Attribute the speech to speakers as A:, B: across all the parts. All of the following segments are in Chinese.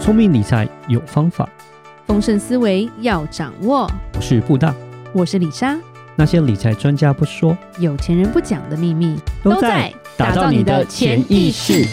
A: 聪明理财有方法，
B: 丰盛思维要掌握。
A: 我是布大。
B: 我是李莎，
A: 那些理财专家不说，
B: 有钱人不讲的秘密
A: 打造你的潜意识。，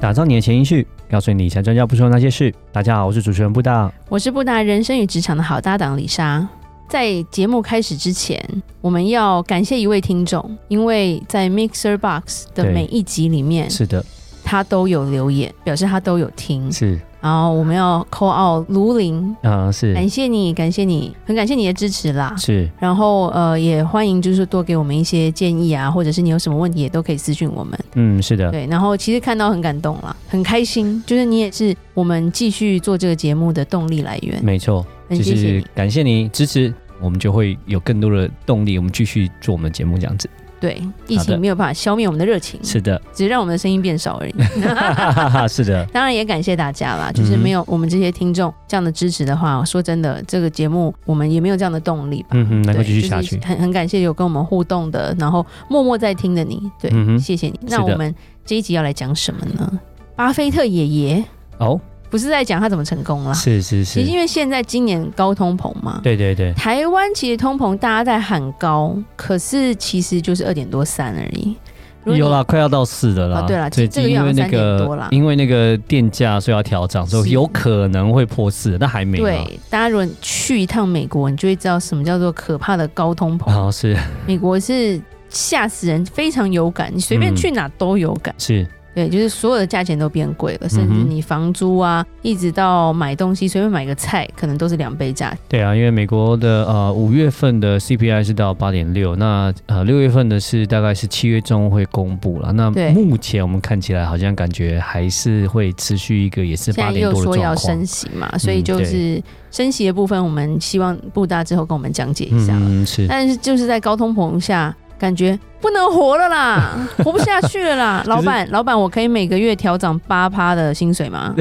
A: 打造你的潜意识，告诉你理财专家不说那些事。大家好，我是主持人布大。
B: 我是布达人生与职场的好搭档李莎。在节目开始之前，我们要感谢一位听众，因为在 Mixer Box 的
A: 对
B: 每一集里面，
A: 是的，
B: 他都有留言，表示他都有听。
A: 是，
B: 然后我们要 call out 卢林，
A: 呃，是
B: 感谢你，感谢你，很感谢你的支持啦。
A: 是，
B: 然后呃，也欢迎就是多给我们一些建议啊，或者是你有什么问题也都可以私讯我们。
A: 嗯，是的，
B: 对，然后其实看到很感动啦，很开心，就是你也是我们继续做这个节目的动力来源。
A: 没错，
B: 很
A: 就
B: 谢谢
A: 是
B: 你，
A: 感谢你支持，我们就会有更多的动力，我们继续做我们的节目这样子。
B: 对，疫
A: 好的
B: 情没有办法消灭我们的热情，
A: 是 的，
B: 只是让我们的声音变少而已。
A: 是的，
B: 当然也感谢大家
A: 嗯
B: 啦，就是没有我们这些听众这样的支持的话，说真的，这个节目我们也没有这样的动力吧。
A: 嗯哼，能够
B: 对，
A: 继续下去。
B: 就是、很很感谢有跟我们互动的，然后默默在听的你，对，
A: 嗯哼
B: 谢谢你。
A: 是
B: 那
A: 的
B: 我们这一集要来讲什么呢？巴菲特爷爷
A: 哦，
B: 不是在讲他怎么成功啦，
A: 是是
B: 其
A: 是
B: 实，因为现在今年高通膨嘛，
A: 对对对，
B: 台湾其实通膨大家在喊高，可是其实就是二点多三而已。如果你
A: 有啦，快要到四的啦。
B: 哦对啦
A: 所以
B: 这个月
A: 因为那
B: 好像3点多
A: 个
B: 啦
A: 因为那个电价所以要调涨，所以
B: 是
A: 有可能会破四，但还没嘛。
B: 对，大家如果去一趟美国，你就会知道什么叫做可怕的高通膨。
A: 然后是
B: 美国是吓死人，非常有感，你随便
A: 嗯
B: 去哪都有感。
A: 是，
B: 对，就是所有的价钱都变贵了，甚至
A: 嗯哼
B: 你房租啊，一直到买东西，随便买个菜，可能都是两倍价。
A: 对啊，因为美国的呃五月份的 CPI 是到八点六，那呃六月份的是大概是七月中会公布了。那
B: 对
A: 目前我们看起来好像感觉还是会持续一个也是
B: 现
A: 八
B: 在
A: 点
B: 又
A: 多的
B: 说要
A: 状
B: 升
A: 况。
B: 息嘛，所以
A: 嗯
B: 就
A: 对
B: 是升息的部分，我们希望布大之后跟我们讲解一下。
A: 嗯， 是
B: 但是就是在高通膨下，感觉不能活了啦， 活不下去了 啦。
A: 是
B: 老板，老板，我可以每个月调涨八趴的薪 水吗？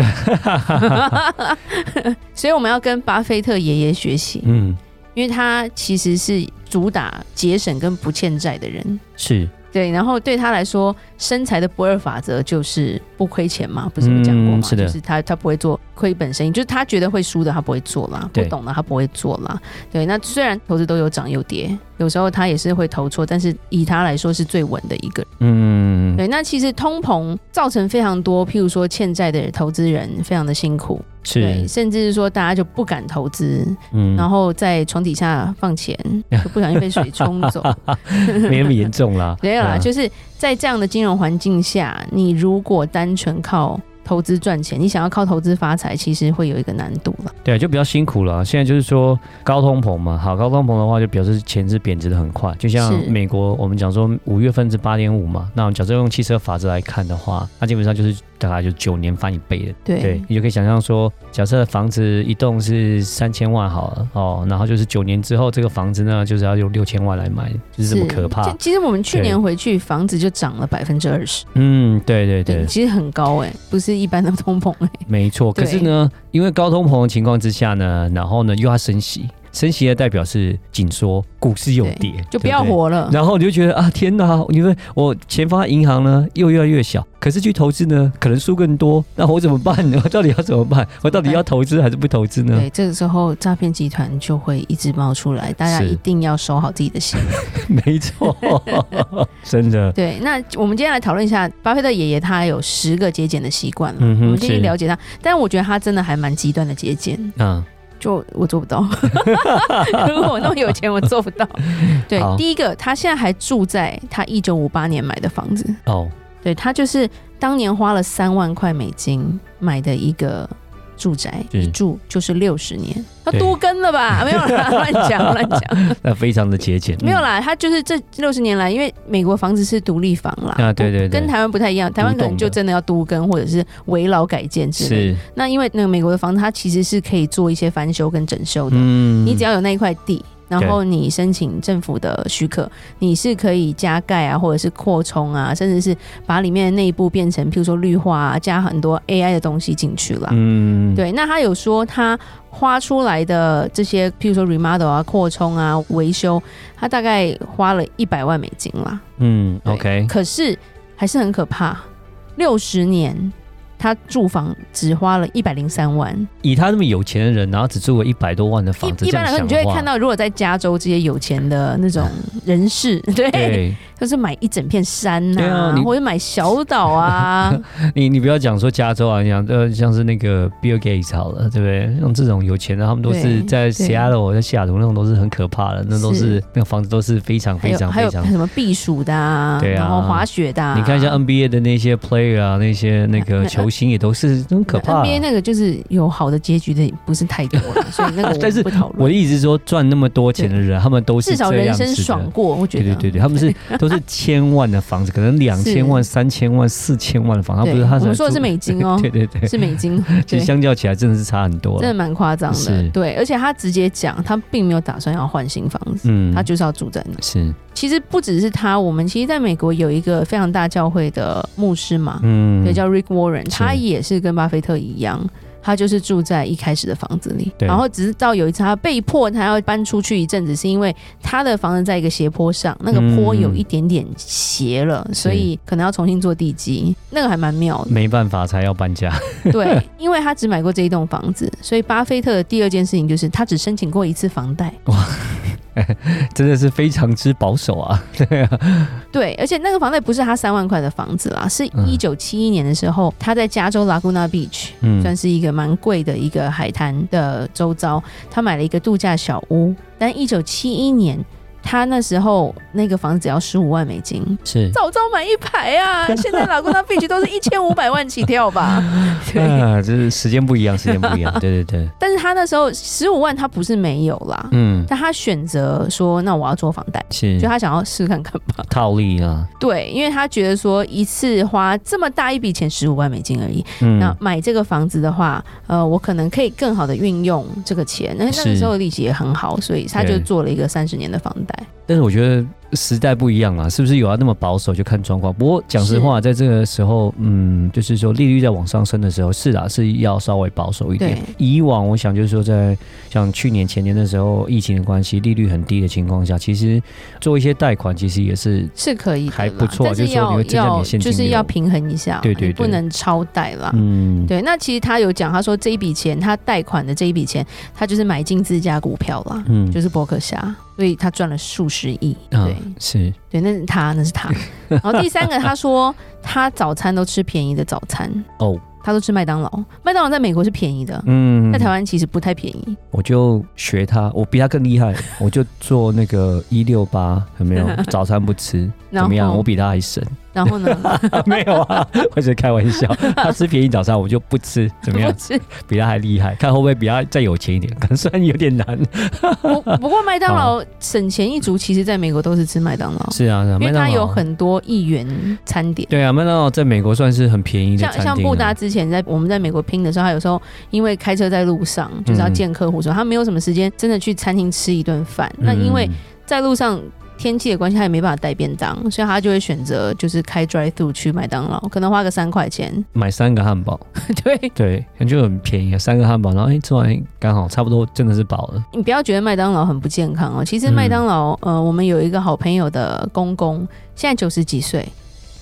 B: 所以我们要跟巴菲特爷爷学习，
A: 嗯
B: 因为他其实是主打节省跟不欠债的人。
A: 是，
B: 对，然后对他来说，身材的不二法则就是不亏钱嘛，不是有讲过吗？
A: 嗯是的
B: 就是他他不会做亏本生意，就是他觉得会输的他不会做啦，不
A: 对
B: 懂的他不会做啦。对，那虽然投资都有涨有跌，有时候他也是会投错，但是以他来说是最稳的一个。
A: 嗯
B: 对，那其实通膨造成非常多，譬如说欠债的投资人非常的辛苦，对，
A: 是，
B: 甚至是说大家就不敢投资，
A: 嗯，
B: 然后在床底下放钱，就不小心被水冲走。。
A: 没那么严重啦
B: 没有啦，
A: 嗯
B: 就是在这样的金融环境下，你如果单纯靠投资赚钱，你想要靠投资发财，其实会有一个难度了。
A: 对，就比较辛苦了。啊现在就是说高通膨嘛，好，高通膨的话就表示钱是贬值的很快。就像
B: 是
A: 美国，我们讲说五月份是八点五嘛，那我们假设用汽车法则来看的话，那基本上就是大概就九年翻一倍的。
B: 对，
A: 对，你就可以想象说，假设房子一栋是三千万好了哦，然后就是九年之后，这个房子呢就是要用六千万来买，就是这么可怕
B: 其。其实我们去
A: 对
B: 年回去，房子就涨了百分之二十，
A: 嗯，对对对
B: 对，，其实很高哎、不是一般的通膨 哎、
A: 没错，
B: 对
A: 可是呢，因为高通膨的情况之下呢，然后呢又要升息，升息的代表是紧缩，股市又跌，
B: 就不要
A: 对对。
B: 活了。
A: 然后你就觉得啊，天哪！因为我钱放在银行呢，又越来越小，可是去投资呢，可能输更多，那我怎么办呢？我 到底要怎么办？我到底要投资还是不投资呢？
B: 对，这个时候诈骗集团就会一直冒出来，大家
A: 是
B: 一定要守好自己 的心。
A: 没错， 真的，
B: 对，那我们今天来讨论一下巴菲特爷爷，他有十个节俭的习惯了。
A: 嗯哼
B: 我们今天
A: 是
B: 了解他，但我觉得他真的还蛮极端的节俭。
A: 嗯，
B: 就我做不到。 如果我那么有钱，我做不 到。对
A: 好，
B: 第一个，他现在还住在他一九五八年买的房子，
A: 哦，
B: 对他就是当年花了三万块美金买的一个住宅，
A: 是
B: 一住就是六十年，他
A: 对嗯
B: 多跟 了吧？没有啦，乱讲乱讲，
A: 那非常的节俭，
B: 没有啦。他就是这六十年来，因为美国房子是独立房啦，
A: 啊对
B: 不
A: 对对
B: 跟台湾不太一样，台湾可
A: 独
B: 能
A: 栋的
B: 就真的要都跟或者是围牢改建
A: 嗯，
B: 之类的。
A: 是，
B: 那因为那个美国的房子，它其实是可以做一些翻修跟整修的。
A: 嗯
B: 你只要有那一块地，然后你申请政府的许可，你是可以加盖啊，或者是扩充啊，甚至是把里面的内部变成，譬如说绿化啊，加很多 AI 的东西进去了。
A: 嗯，
B: 对，那他有说他花出来的这些，譬如说 remodel 啊、扩充啊、维修，他大概花了一百万美金啦。
A: 嗯
B: 对
A: ，OK，
B: 可是还是很可怕，六十年他住房只花了一百零三万。
A: 以他那么有钱的人，然后只住了一百多万的房子，
B: 一一般来
A: 这
B: 说，
A: 样
B: 你就会
A: 想的话
B: 看到，如果在加州这些有钱的那种人 士，对，
A: 对
B: 就是买一整片山
A: 对
B: 呐、
A: 啊你
B: 或者买小岛啊，
A: 你，你不要讲说加州啊，你讲呃像是那个 Bill Gates 好了，对不对？像这种有钱的，他们都
B: 对
A: 是在
B: 对
A: Seattle 在西雅图那种都是很可怕的，那都是
B: 是
A: 那个房子都是非常
B: 还
A: 非
B: 有
A: 常
B: 还
A: 非
B: 有
A: 常。
B: 什么避暑的啊，
A: 对啊
B: 然后滑雪的、啊，
A: 你看一下嗯 NBA 的那些 player 啊，那些那 个球星也都是很可怕、
B: NBA 那个就是有好的结局的不是太多 了，所以那个我
A: 但是
B: 们不讨
A: 我
B: 论。
A: 的意思是说，赚那么多钱的人，他们都是
B: 至少
A: 这
B: 人
A: 样子
B: 生
A: 的
B: 爽过，我觉
A: 对
B: 得。
A: 对对对，他们是都是千万的房子，可能两千 万、三千万、四千万的房，他不
B: 对
A: 是他
B: 我们说的是美金哦
A: 对对对，
B: 是美金，
A: 其
B: 对
A: 实，相较起来真的是差很多
B: 真
A: 了
B: 的。蛮夸张的
A: 是。
B: 对，而且他直接讲，他并没有打算要换新房子，
A: 嗯
B: 他就是要住在那。
A: 是
B: 其实不只是他，我们其实在美国有一个非常大教会的牧师嘛，
A: 嗯
B: 对，叫 Rick Warren，
A: 是
B: 他也是跟巴菲特一样。他就是住在一开始的房子里，
A: 对
B: 然后直到有一次他被迫他要搬出去一阵子，是因为他的房子在一个斜坡上，那个坡有一点点斜了，
A: 嗯
B: 所以可能要重新做地基，那个还蛮妙的。
A: 没办法才要搬家， 嗯
B: 对，因为他只买过这一栋房子，所以巴菲特的第二件事情就是他只申请过一次房贷。
A: 真的是非常之保守啊。 对啊，
B: 对，而且那个房贷不是他三万块的房子啦，是
A: 嗯
B: 一九七一年的时候，他在加州 Laguna Beach，算
A: 嗯，
B: 是一个蛮贵的一个海滩的周遭，他买了一个度假小屋。但一九七一年，他那时候那个房子只要十五万美金，
A: 是。
B: 早知道买一排 啊！现在老公那 b e 都是一千五百万起跳吧？对。
A: 啊，就是时间不一 样，时间不一样，对对对，
B: 但是他那时候十五万，他不是没有啦，
A: 嗯，
B: 但他选择说，那我要做房贷，
A: 是
B: 就他想要试试看看吧。
A: 套利啊，
B: 对，因为他觉得说一次花这么大一笔钱，十五万美金而已，
A: 嗯，
B: 那买这个房子的话，呃，我可能可以更好的运用这个钱。那那个
A: 是
B: 时候利息也很好，所以他就
A: 对
B: 做了一个三十年的房贷。
A: 但是我觉得时代不一样啊了，是不是有要那么保守就看状况？不过讲实话，在这个时候，嗯，就是说利率在往上升的时候，是啊，是要稍微保守一点
B: 对。
A: 以往我想就是说在，像去年前年的时候，疫情的关系，利率很低的情况下，其实做一些贷款，其实也是
B: 是可以的啦，
A: 还不错
B: 但是
A: 就是说你
B: 要
A: 会增加你的
B: 要
A: 现金
B: 就
A: 流
B: 是要平衡一下，
A: 对对
B: 你不
A: 对
B: 能超贷啦。
A: 嗯，
B: 啊对，那其实他有讲，他说这一笔钱，他贷款的这一笔钱，他就是买进自家股票啦，
A: 嗯
B: 就是伯克夏，所以他赚了数十亿。
A: 啊
B: 对、
A: 是
B: 对，那是他，那 是他。然后第三个，他说他早餐都吃便宜的早餐，
A: 哦，
B: 他都吃麦当劳，麦当劳在美国是便宜的，
A: 嗯
B: 在台湾其实不太便宜。
A: 我就学他，我比他更 厉害，我就做那个一六八，有没有？早餐不吃，
B: 然
A: 怎
B: 后
A: 么样？我比他还神。
B: 然后呢？
A: 没有啊，我只是开玩 笑。他吃便宜早餐，我就不吃，怎么样
B: 不？是，
A: 比他还厉害，看会不会比他再有钱一点？可能虽然有点难。
B: 不不过麦当劳省钱一族，其实在美国都是吃麦当劳，
A: 是啊，是啊，
B: 因为
A: 麦
B: 它
A: 当
B: 有
A: 劳
B: 很多一元餐点。
A: 对啊，麦当劳在美国算是很便宜的
B: 像
A: 餐
B: 像
A: 厅
B: 布达
A: 啊。
B: 之前在我们在美国拼的时候，他有时候因为开车在路上，就是
A: 嗯
B: 要见客户说，他没有什么时间真的去餐厅吃一顿饭。那因为
A: 嗯
B: 在路上天气的关系，他也没办法带便当，所以他就会选择就是开 drive through 去麦当劳，可能花个三块钱。
A: 买三个汉堡，
B: 对
A: 对，就很便宜啊，三个汉堡，然后哎吃完刚好差不多，真的是饱了。
B: 你不要觉得麦当劳很不健康哦，其实
A: 嗯
B: 麦当劳，呃，我们有一个好朋友的公公，现在九十几岁，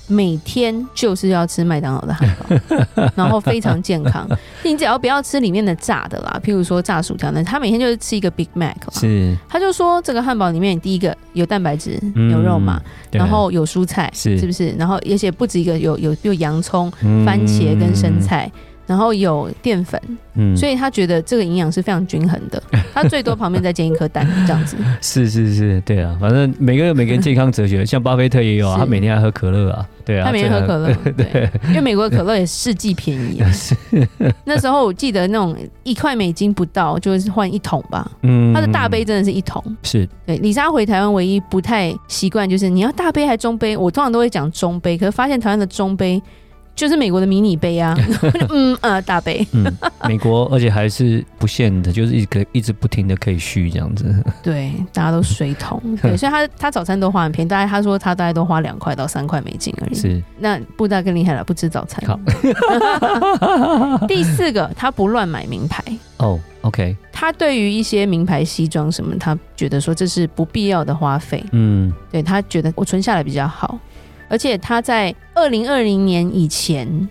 B: 每天就是要吃麦当劳的汉 堡，然后非常健康。你只要不要吃里面的炸的啦，譬如说炸薯条那，他每天就是吃一个 Big Mac 啦。
A: 是
B: 他就说这个汉堡里面第一个有蛋白质、
A: 嗯
B: 牛肉嘛，
A: 对
B: 然后有蔬菜，
A: 是
B: 不是？然后而且不止一个，有有有洋葱、
A: 嗯
B: 番茄跟生菜，然后有淀粉，
A: 嗯
B: 所以他觉得这个营养是非常均衡 的。他最多旁边再煎一颗蛋这样子。
A: 是是是，对啊，反正每个人有每个人健康哲 学，像巴菲特也有啊，
B: 是
A: 他每天还喝可乐啊，对啊，
B: 他每天喝
A: 这个
B: 可乐，对，因为美国的可乐也世纪 便宜啊。那时候我记得那种一块美金不到，就是换一桶吧。
A: 嗯
B: 他的大杯真的是一桶。
A: 是
B: 对，李莎回台湾唯一不太习惯就是你要大杯还中杯，我通常都会讲中杯，可是发现台湾的中杯就是美国的迷你杯啊。 我就嗯呃，大杯。
A: 嗯，美国，而且还是不限的，就是一直可一直不停的可以续这样子。
B: 对，大家都水 桶。对，所以他他早餐都花很便宜，大概他说他大概都花两块到三块美金而已。
A: 是，
B: 那布大更厉害了，不吃早餐。
A: 好
B: 第四个，他不乱买名牌。
A: 哦，OK，
B: 他对于一些名牌西装什么，他觉得说这是不必要的花费，
A: 嗯，
B: 对他觉得我存下来比较好。而且他在二零二零年以前，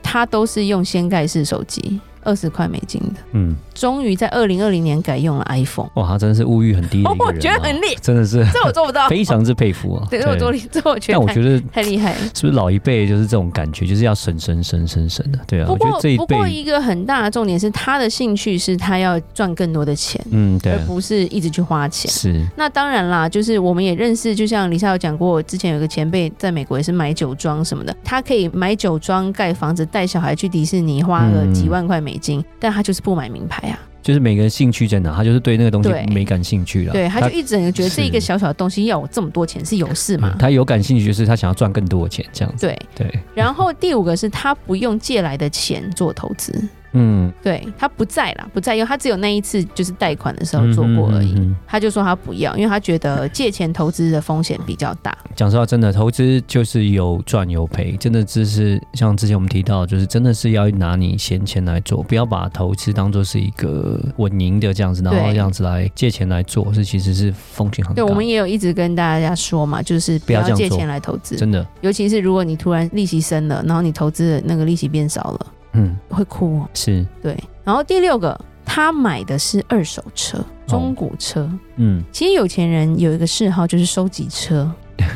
B: 它都是用掀盖式手机，二十块美金的。
A: 嗯，
B: 终于在二零二零年改用了 iPhone，哦
A: 哇，他真的是物欲很低的一个人、啊
B: 我觉得很厉，
A: 真的 是
B: 这我做不到，
A: 非常之佩服啊。
B: 对，这我做，这我觉
A: 但
B: 得
A: 我
B: 太
A: 觉得
B: 太厉害了。
A: 是不是老一辈就是这种感觉，就是要省省省省省的？对啊，
B: 不
A: 我觉得
B: 过
A: 这一
B: 不过
A: 辈，
B: 一个很大的重点是，他的兴趣是他要赚更多的钱，
A: 嗯，对
B: 而
A: 啊，
B: 不是一直去花钱。
A: 是，
B: 那当然啦，就是我们也认识，就像李莎有讲过，之前有个前辈在美国也是买酒庄什么的，他可以买酒庄盖房子，带小孩去迪士尼，花个
A: 嗯
B: 几万块美金，但他就是不买名牌啊，
A: 就是每个人兴趣在哪，他就是对那个东西
B: 对
A: 没感兴趣了。
B: 对，他就一直觉得
A: 啊是
B: 这一个小小的东西要我这么多钱是有事吗
A: 嗯？他有感兴趣，就是他想要赚更多的钱，这样子。
B: 对，
A: 对，
B: 然后第五个是他不用借来的钱做投资，
A: 嗯，
B: 对他不在啦，不在用，他只有那一次就是贷款的时候做过而已。
A: 嗯嗯嗯嗯
B: 他就说他不要，因为他觉得借钱投资的风险比较大。
A: 讲实话，真的投资就是有赚有赔，真的只是像之前我们提到，就是真的是要拿你闲钱来做，不要把投资当做是一个稳赢的这样子，然后
B: 对
A: 这样子来借钱来做，是其实是风险很
B: 对，
A: 高。
B: 我们也有一直跟大家说嘛，就是不
A: 不要
B: 要
A: 这样
B: 借
A: 做
B: 钱来投资，
A: 真的，
B: 尤其是如果你突然利息升了，然后你投资的那个利息变少了，
A: 嗯，
B: 会哭、哦。
A: 是，
B: 对，然后第六个，他买的是二手
A: 哦
B: 车，中古车。
A: 嗯，
B: 其实有钱人有一个嗜好就是收集车。 对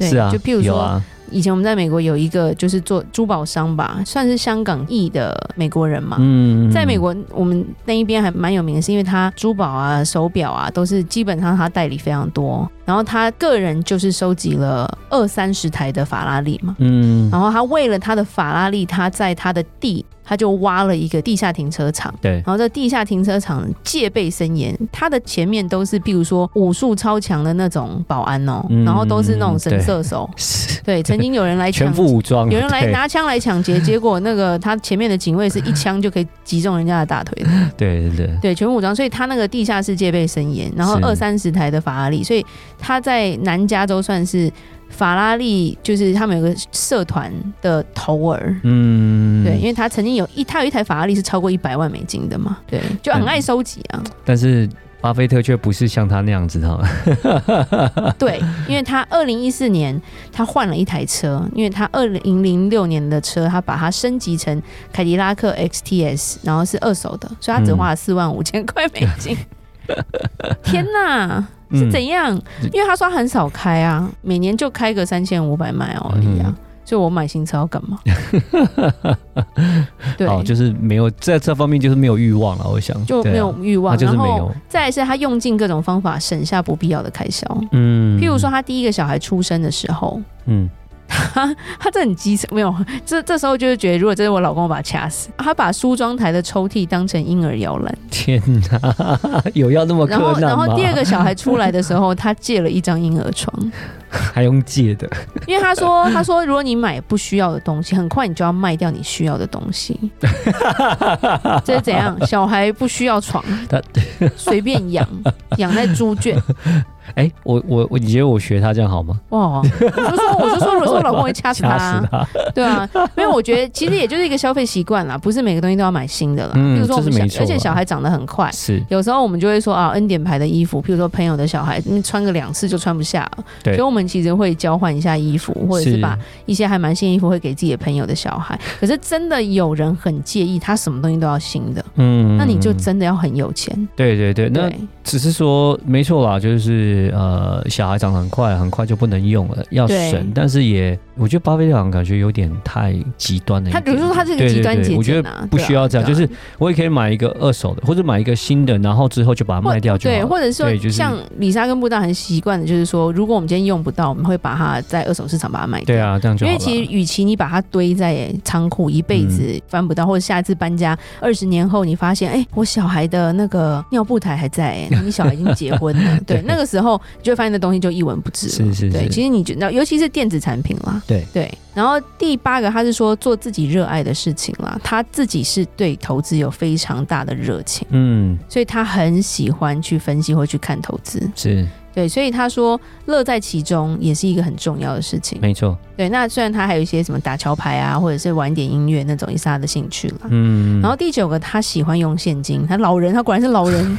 A: 是啊，
B: 就譬如
A: 有
B: 说，
A: 啊，
B: 以前我们在美国有一个就是做珠宝商吧，算是香港裔的美国人嘛。
A: 嗯，
B: 啊在美国，我们那一边还蛮有名的，是因为他珠宝啊、手表啊，都是基本上他代理非常多。然后他个人就是收集了二三十台的法拉利嘛。
A: 嗯，嗯，
B: 然后他为了他的法拉利，他在他的地，他就挖了一个地下停车场。
A: 对，
B: 然后这地下停车场戒备森严，它的前面都是，譬如说武术超强的那种保安哦，
A: 嗯
B: 然后都是那种神射手。
A: 是
B: 对，曾经有人来抢
A: 全副武装啊，
B: 有人来
A: 对
B: 拿枪来 抢劫，结果那个他前面的警卫是一枪就可以击中人家的大腿 的，
A: 对对对，
B: 对，全副武装，所以他那个地下室戒备森严，然后
A: 是
B: 二三十台的法拉利，所以他在南加州算是法拉利，就是他们有个社团的头儿。
A: 嗯，
B: 对，因为他曾经有一，他有一台法拉利是超过一百万美金的嘛，对，就很
A: 嗯
B: 爱收集啊，
A: 但是巴菲特却不是像他那样子，哈，
B: 对，因为他二零一四年他换了一台车，因为他二零零六年的车，他把它升级成凯迪拉克 XTS，然后是二手的，所以他只
A: 嗯
B: 花了四万五千块美 金。天哪，是怎样？
A: 嗯
B: 因为他说他很少开啊，每年就开个三千五百迈而已啊。
A: 嗯
B: 所以我买新车要 干嘛？对，
A: 哦，就是没有在这方面就是没有欲望了，我想
B: 就
A: 对啊
B: 没有欲望，
A: 他就是
B: 然
A: 没
B: 后
A: 有，
B: 再来是他用尽各种方法省下不必要的开销。
A: 嗯，
B: 譬如说，，他第一个小孩出生的时候，
A: 嗯，
B: 他他这很机车，没有，这这时候就是觉得，如果这是我老公，我把他掐死。他把梳妆台的抽屉当成婴儿摇篮，
A: 天哪， 有要那么
B: 然
A: 困
B: 后
A: 难
B: 然
A: 吗？
B: 后第二个小孩出来的时候，他借了一张婴儿床，
A: 还用借的，
B: 因为他说他说如果你买不需要的东西，很快你就要卖掉你需要的东西。这是 怎样？小孩不需要床
A: 他，
B: 随便养，养在 猪圈。
A: 哎、我我我，你觉得我学他这样好吗？
B: 哇！我就说我就说，如果是我 老公会掐死他
A: 掐
B: 啊
A: 死。他！
B: 对啊，因为我觉得其实也就是一个消费习惯啦，不是每个东西都要买新的啦。
A: 嗯
B: 比如说我们
A: 这是没
B: 小，
A: 错啊
B: 而且小孩长得很快。
A: 是
B: 有时候我们就会说啊，N 点牌的衣服，譬如说朋友的小孩，嗯穿个两次就穿不下了，
A: 对
B: 所以我们其实会交换一下衣服，或者是把一些还蛮新的衣服会给自己的朋友的小孩。可是真的有人很介意，他什么东西都要新的，
A: 嗯
B: 那你就真的要很有钱。
A: 对对对，那
B: 对
A: 只是说没错啦，就是呃，小孩长得很快，很快就不能用了，要
B: 对
A: 省，但是也我觉得巴菲特好像感觉有点太极端了一
B: 他
A: 点。
B: 比如说他是一个
A: 对
B: 极端
A: 对对
B: 节
A: 我觉
B: 俭
A: 得
B: 啊，
A: 不需要这样，
B: 对啊
A: 就是我也可以买一个二手的，或者买一个新的，然后之后就把它
B: 或
A: 卖掉就好
B: 对，
A: 了。
B: 或者说
A: 对就是
B: 像李莎跟布大很习惯的，就是说，如果我们今天用不到，我们会把它在二手市场把它卖掉。
A: 对，啊，这样就
B: 因
A: 好
B: 为
A: 了。
B: 其实与其你把它堆在仓库一辈
A: 嗯
B: 子翻不到，或者下一次搬家二十年后你发现，哎、我小孩的那个尿布台还在、哎你小孩已经结 婚了，对，
A: 对
B: 那个时候你就会发现那东西就一文不值了。
A: 是是
B: 对，
A: 是
B: 其实你觉得，尤其是电子产品啦，
A: 对
B: 对。然后第八个，他是说做自己热爱的事情啦，他自己是对投资有非常大的热情。
A: 嗯
B: 所以他很喜欢去分析或去看投资。
A: 是
B: 对，所以他说乐在其中也是一个很重要的事情。
A: 没错，
B: 对，那虽然他还有一些什么打桥牌啊，或者是玩一点音乐那种，也是他的兴趣啦。
A: 嗯，
B: 啊然后第九个，他喜欢用现金。他老人，他果然是老人，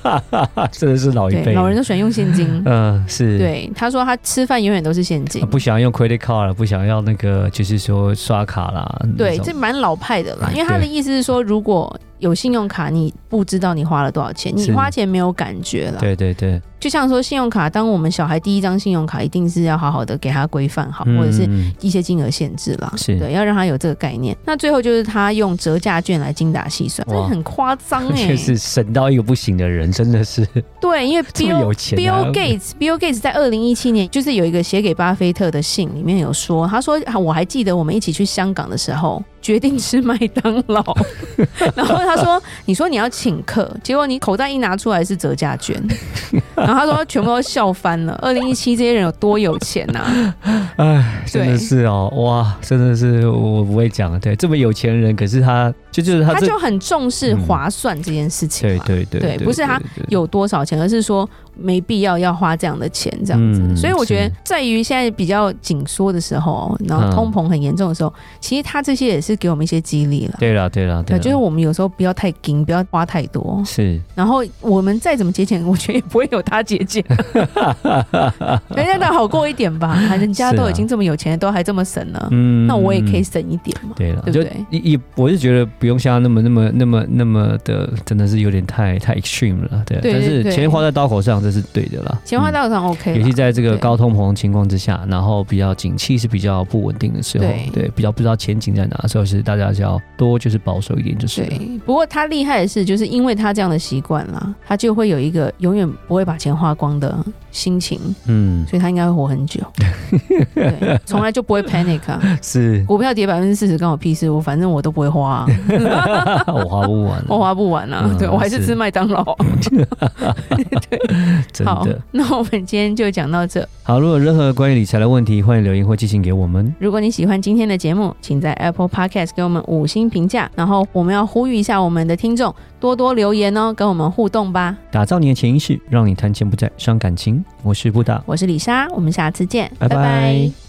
A: 真的是老一辈
B: 对，老人都喜欢用现金。
A: 嗯、 是，
B: 对，他说他吃饭永远都是现金
A: 啊，，不想用 credit card 了，不想要那个，就是说刷卡啦。
B: 对，
A: 那种
B: 这蛮老派的啦。
A: 嗯
B: 因为他的意思是说，如果有信用卡，你不知道你花了多少钱，你
A: 是
B: 花钱没有感觉了。
A: 对对对，
B: 就像说信用卡，当我们小孩第一张信用卡，一定是要好好的给他规范好，啊或者是
A: 嗯
B: 一些金额限制啦，
A: 是
B: 对，要让他有这个概念。那最后就是他用折价券来精打细算，
A: 哇
B: 这很夸张
A: 嗯
B: 哎、
A: 就是省到一个不行的人，真的是
B: 对，因为
A: 这么
B: Bill
A: 有钱、啊。
B: Bill Gates Bill Gates 在二零一七年就是有一个写给巴菲特的信，里面有说，他说啊我还记得我们一起去香港的时候，决定吃麦当 劳，然后他说你说你要请客，结果你口袋一拿出来是折价券， 然后他说全部都笑翻了。二零一七这些人有多有钱啊呐、
A: 哎，真的是哦，哇，真的是我不会讲，对，这么有钱人，可是他就就是他
B: 他
A: 这，嗯
B: 就很重视划算这件事情啊
A: 对
B: 嘛。
A: 对对
B: 对不是他有多少钱，而是说没必要要花这样的钱这样子。
A: 嗯
B: 所以我觉
A: 是
B: 得，在于现在比较紧缩的时候，然后
A: 嗯
B: 通膨很严重的时候，其实他这些也是给我们一些激励了。
A: 对了对了对
B: 对，
A: 了，
B: 就是我们有时候不要太紧，不要花太多。
A: 是
B: 然后我们再怎么节俭，我觉得也不会有他节 俭，人家的好过一点吧。人家
A: 是啊
B: 都已经这么有钱，都还这么省了，
A: 嗯
B: 那我也可以省一点嘛。
A: 对了，
B: 对不
A: 就
B: 对
A: 也也我是觉得不用像他那么那么那么那么的，真的是有点太太 extreme 了，对。啊
B: 对
A: 但
B: 对
A: 是
B: 对
A: 钱花在刀口上，这是对的啦。
B: 钱花
A: 嗯
B: 到上 OK
A: 尤
B: 了
A: 其。在这个
B: 对
A: 高通膨情况之下，然后比较景气是比较不稳定的时候，
B: 对
A: 对，比较不知道前景在哪的时候，是大家是要多就是保守一点，就是啊了。
B: 对，不过他厉害的是，就是因为他这样的习惯啦，他就会有一个永远不会把钱花光的心情，
A: 嗯，
B: 所以他应该会活 很久。对，从来就不会 panic 啊。
A: 是
B: 股票跌百分之四十关我屁事，我反正我都不会花啊、
A: 我花不完啊，
B: 我花不完啊。
A: 嗯
B: 对我还是
A: 是哦
B: 吃麦当劳。
A: 真
B: 好
A: 的，。
B: 那我们今天就讲到这。
A: 好，如果有任何关于理财的问题，欢迎留言或寄信给我们。
B: 如果你喜欢今天的节目，请在 Apple Podcast 给我们五星评价，然后我们要呼吁一下我们的听众多多留言哦，跟我们互动吧。
A: 打造你的潜意识，让你谈钱不再伤感情。我是布达，
B: 我是李莎，我们下次见，
A: 拜拜
B: 拜拜